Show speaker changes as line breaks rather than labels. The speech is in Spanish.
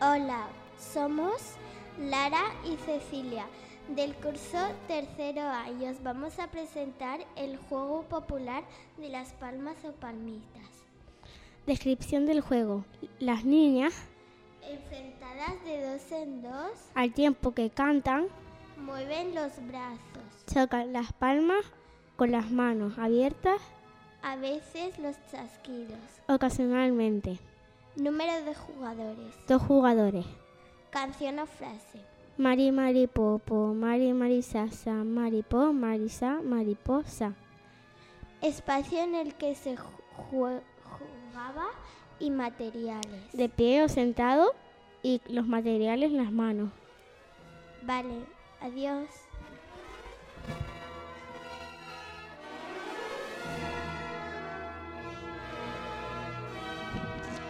Hola, somos Lara y Cecilia del curso tercero A y os vamos a presentar el juego popular de las palmas o palmitas.
Descripción del juego. Las niñas,
Enfrentadas de dos en dos,
al tiempo que cantan,
mueven los brazos.
chocan las palmas con las manos abiertas
A veces los chasquidos.
ocasionalmente.
Número de jugadores.
Dos jugadores.
Canción o frase.
Mari Mari Popo, Mari Mari Sasa, Maripo, Marisa, Mariposa.
Espacio en el que se ju- jue- jugaba y materiales.
De pie o sentado y los materiales en las manos.
Vale, adiós.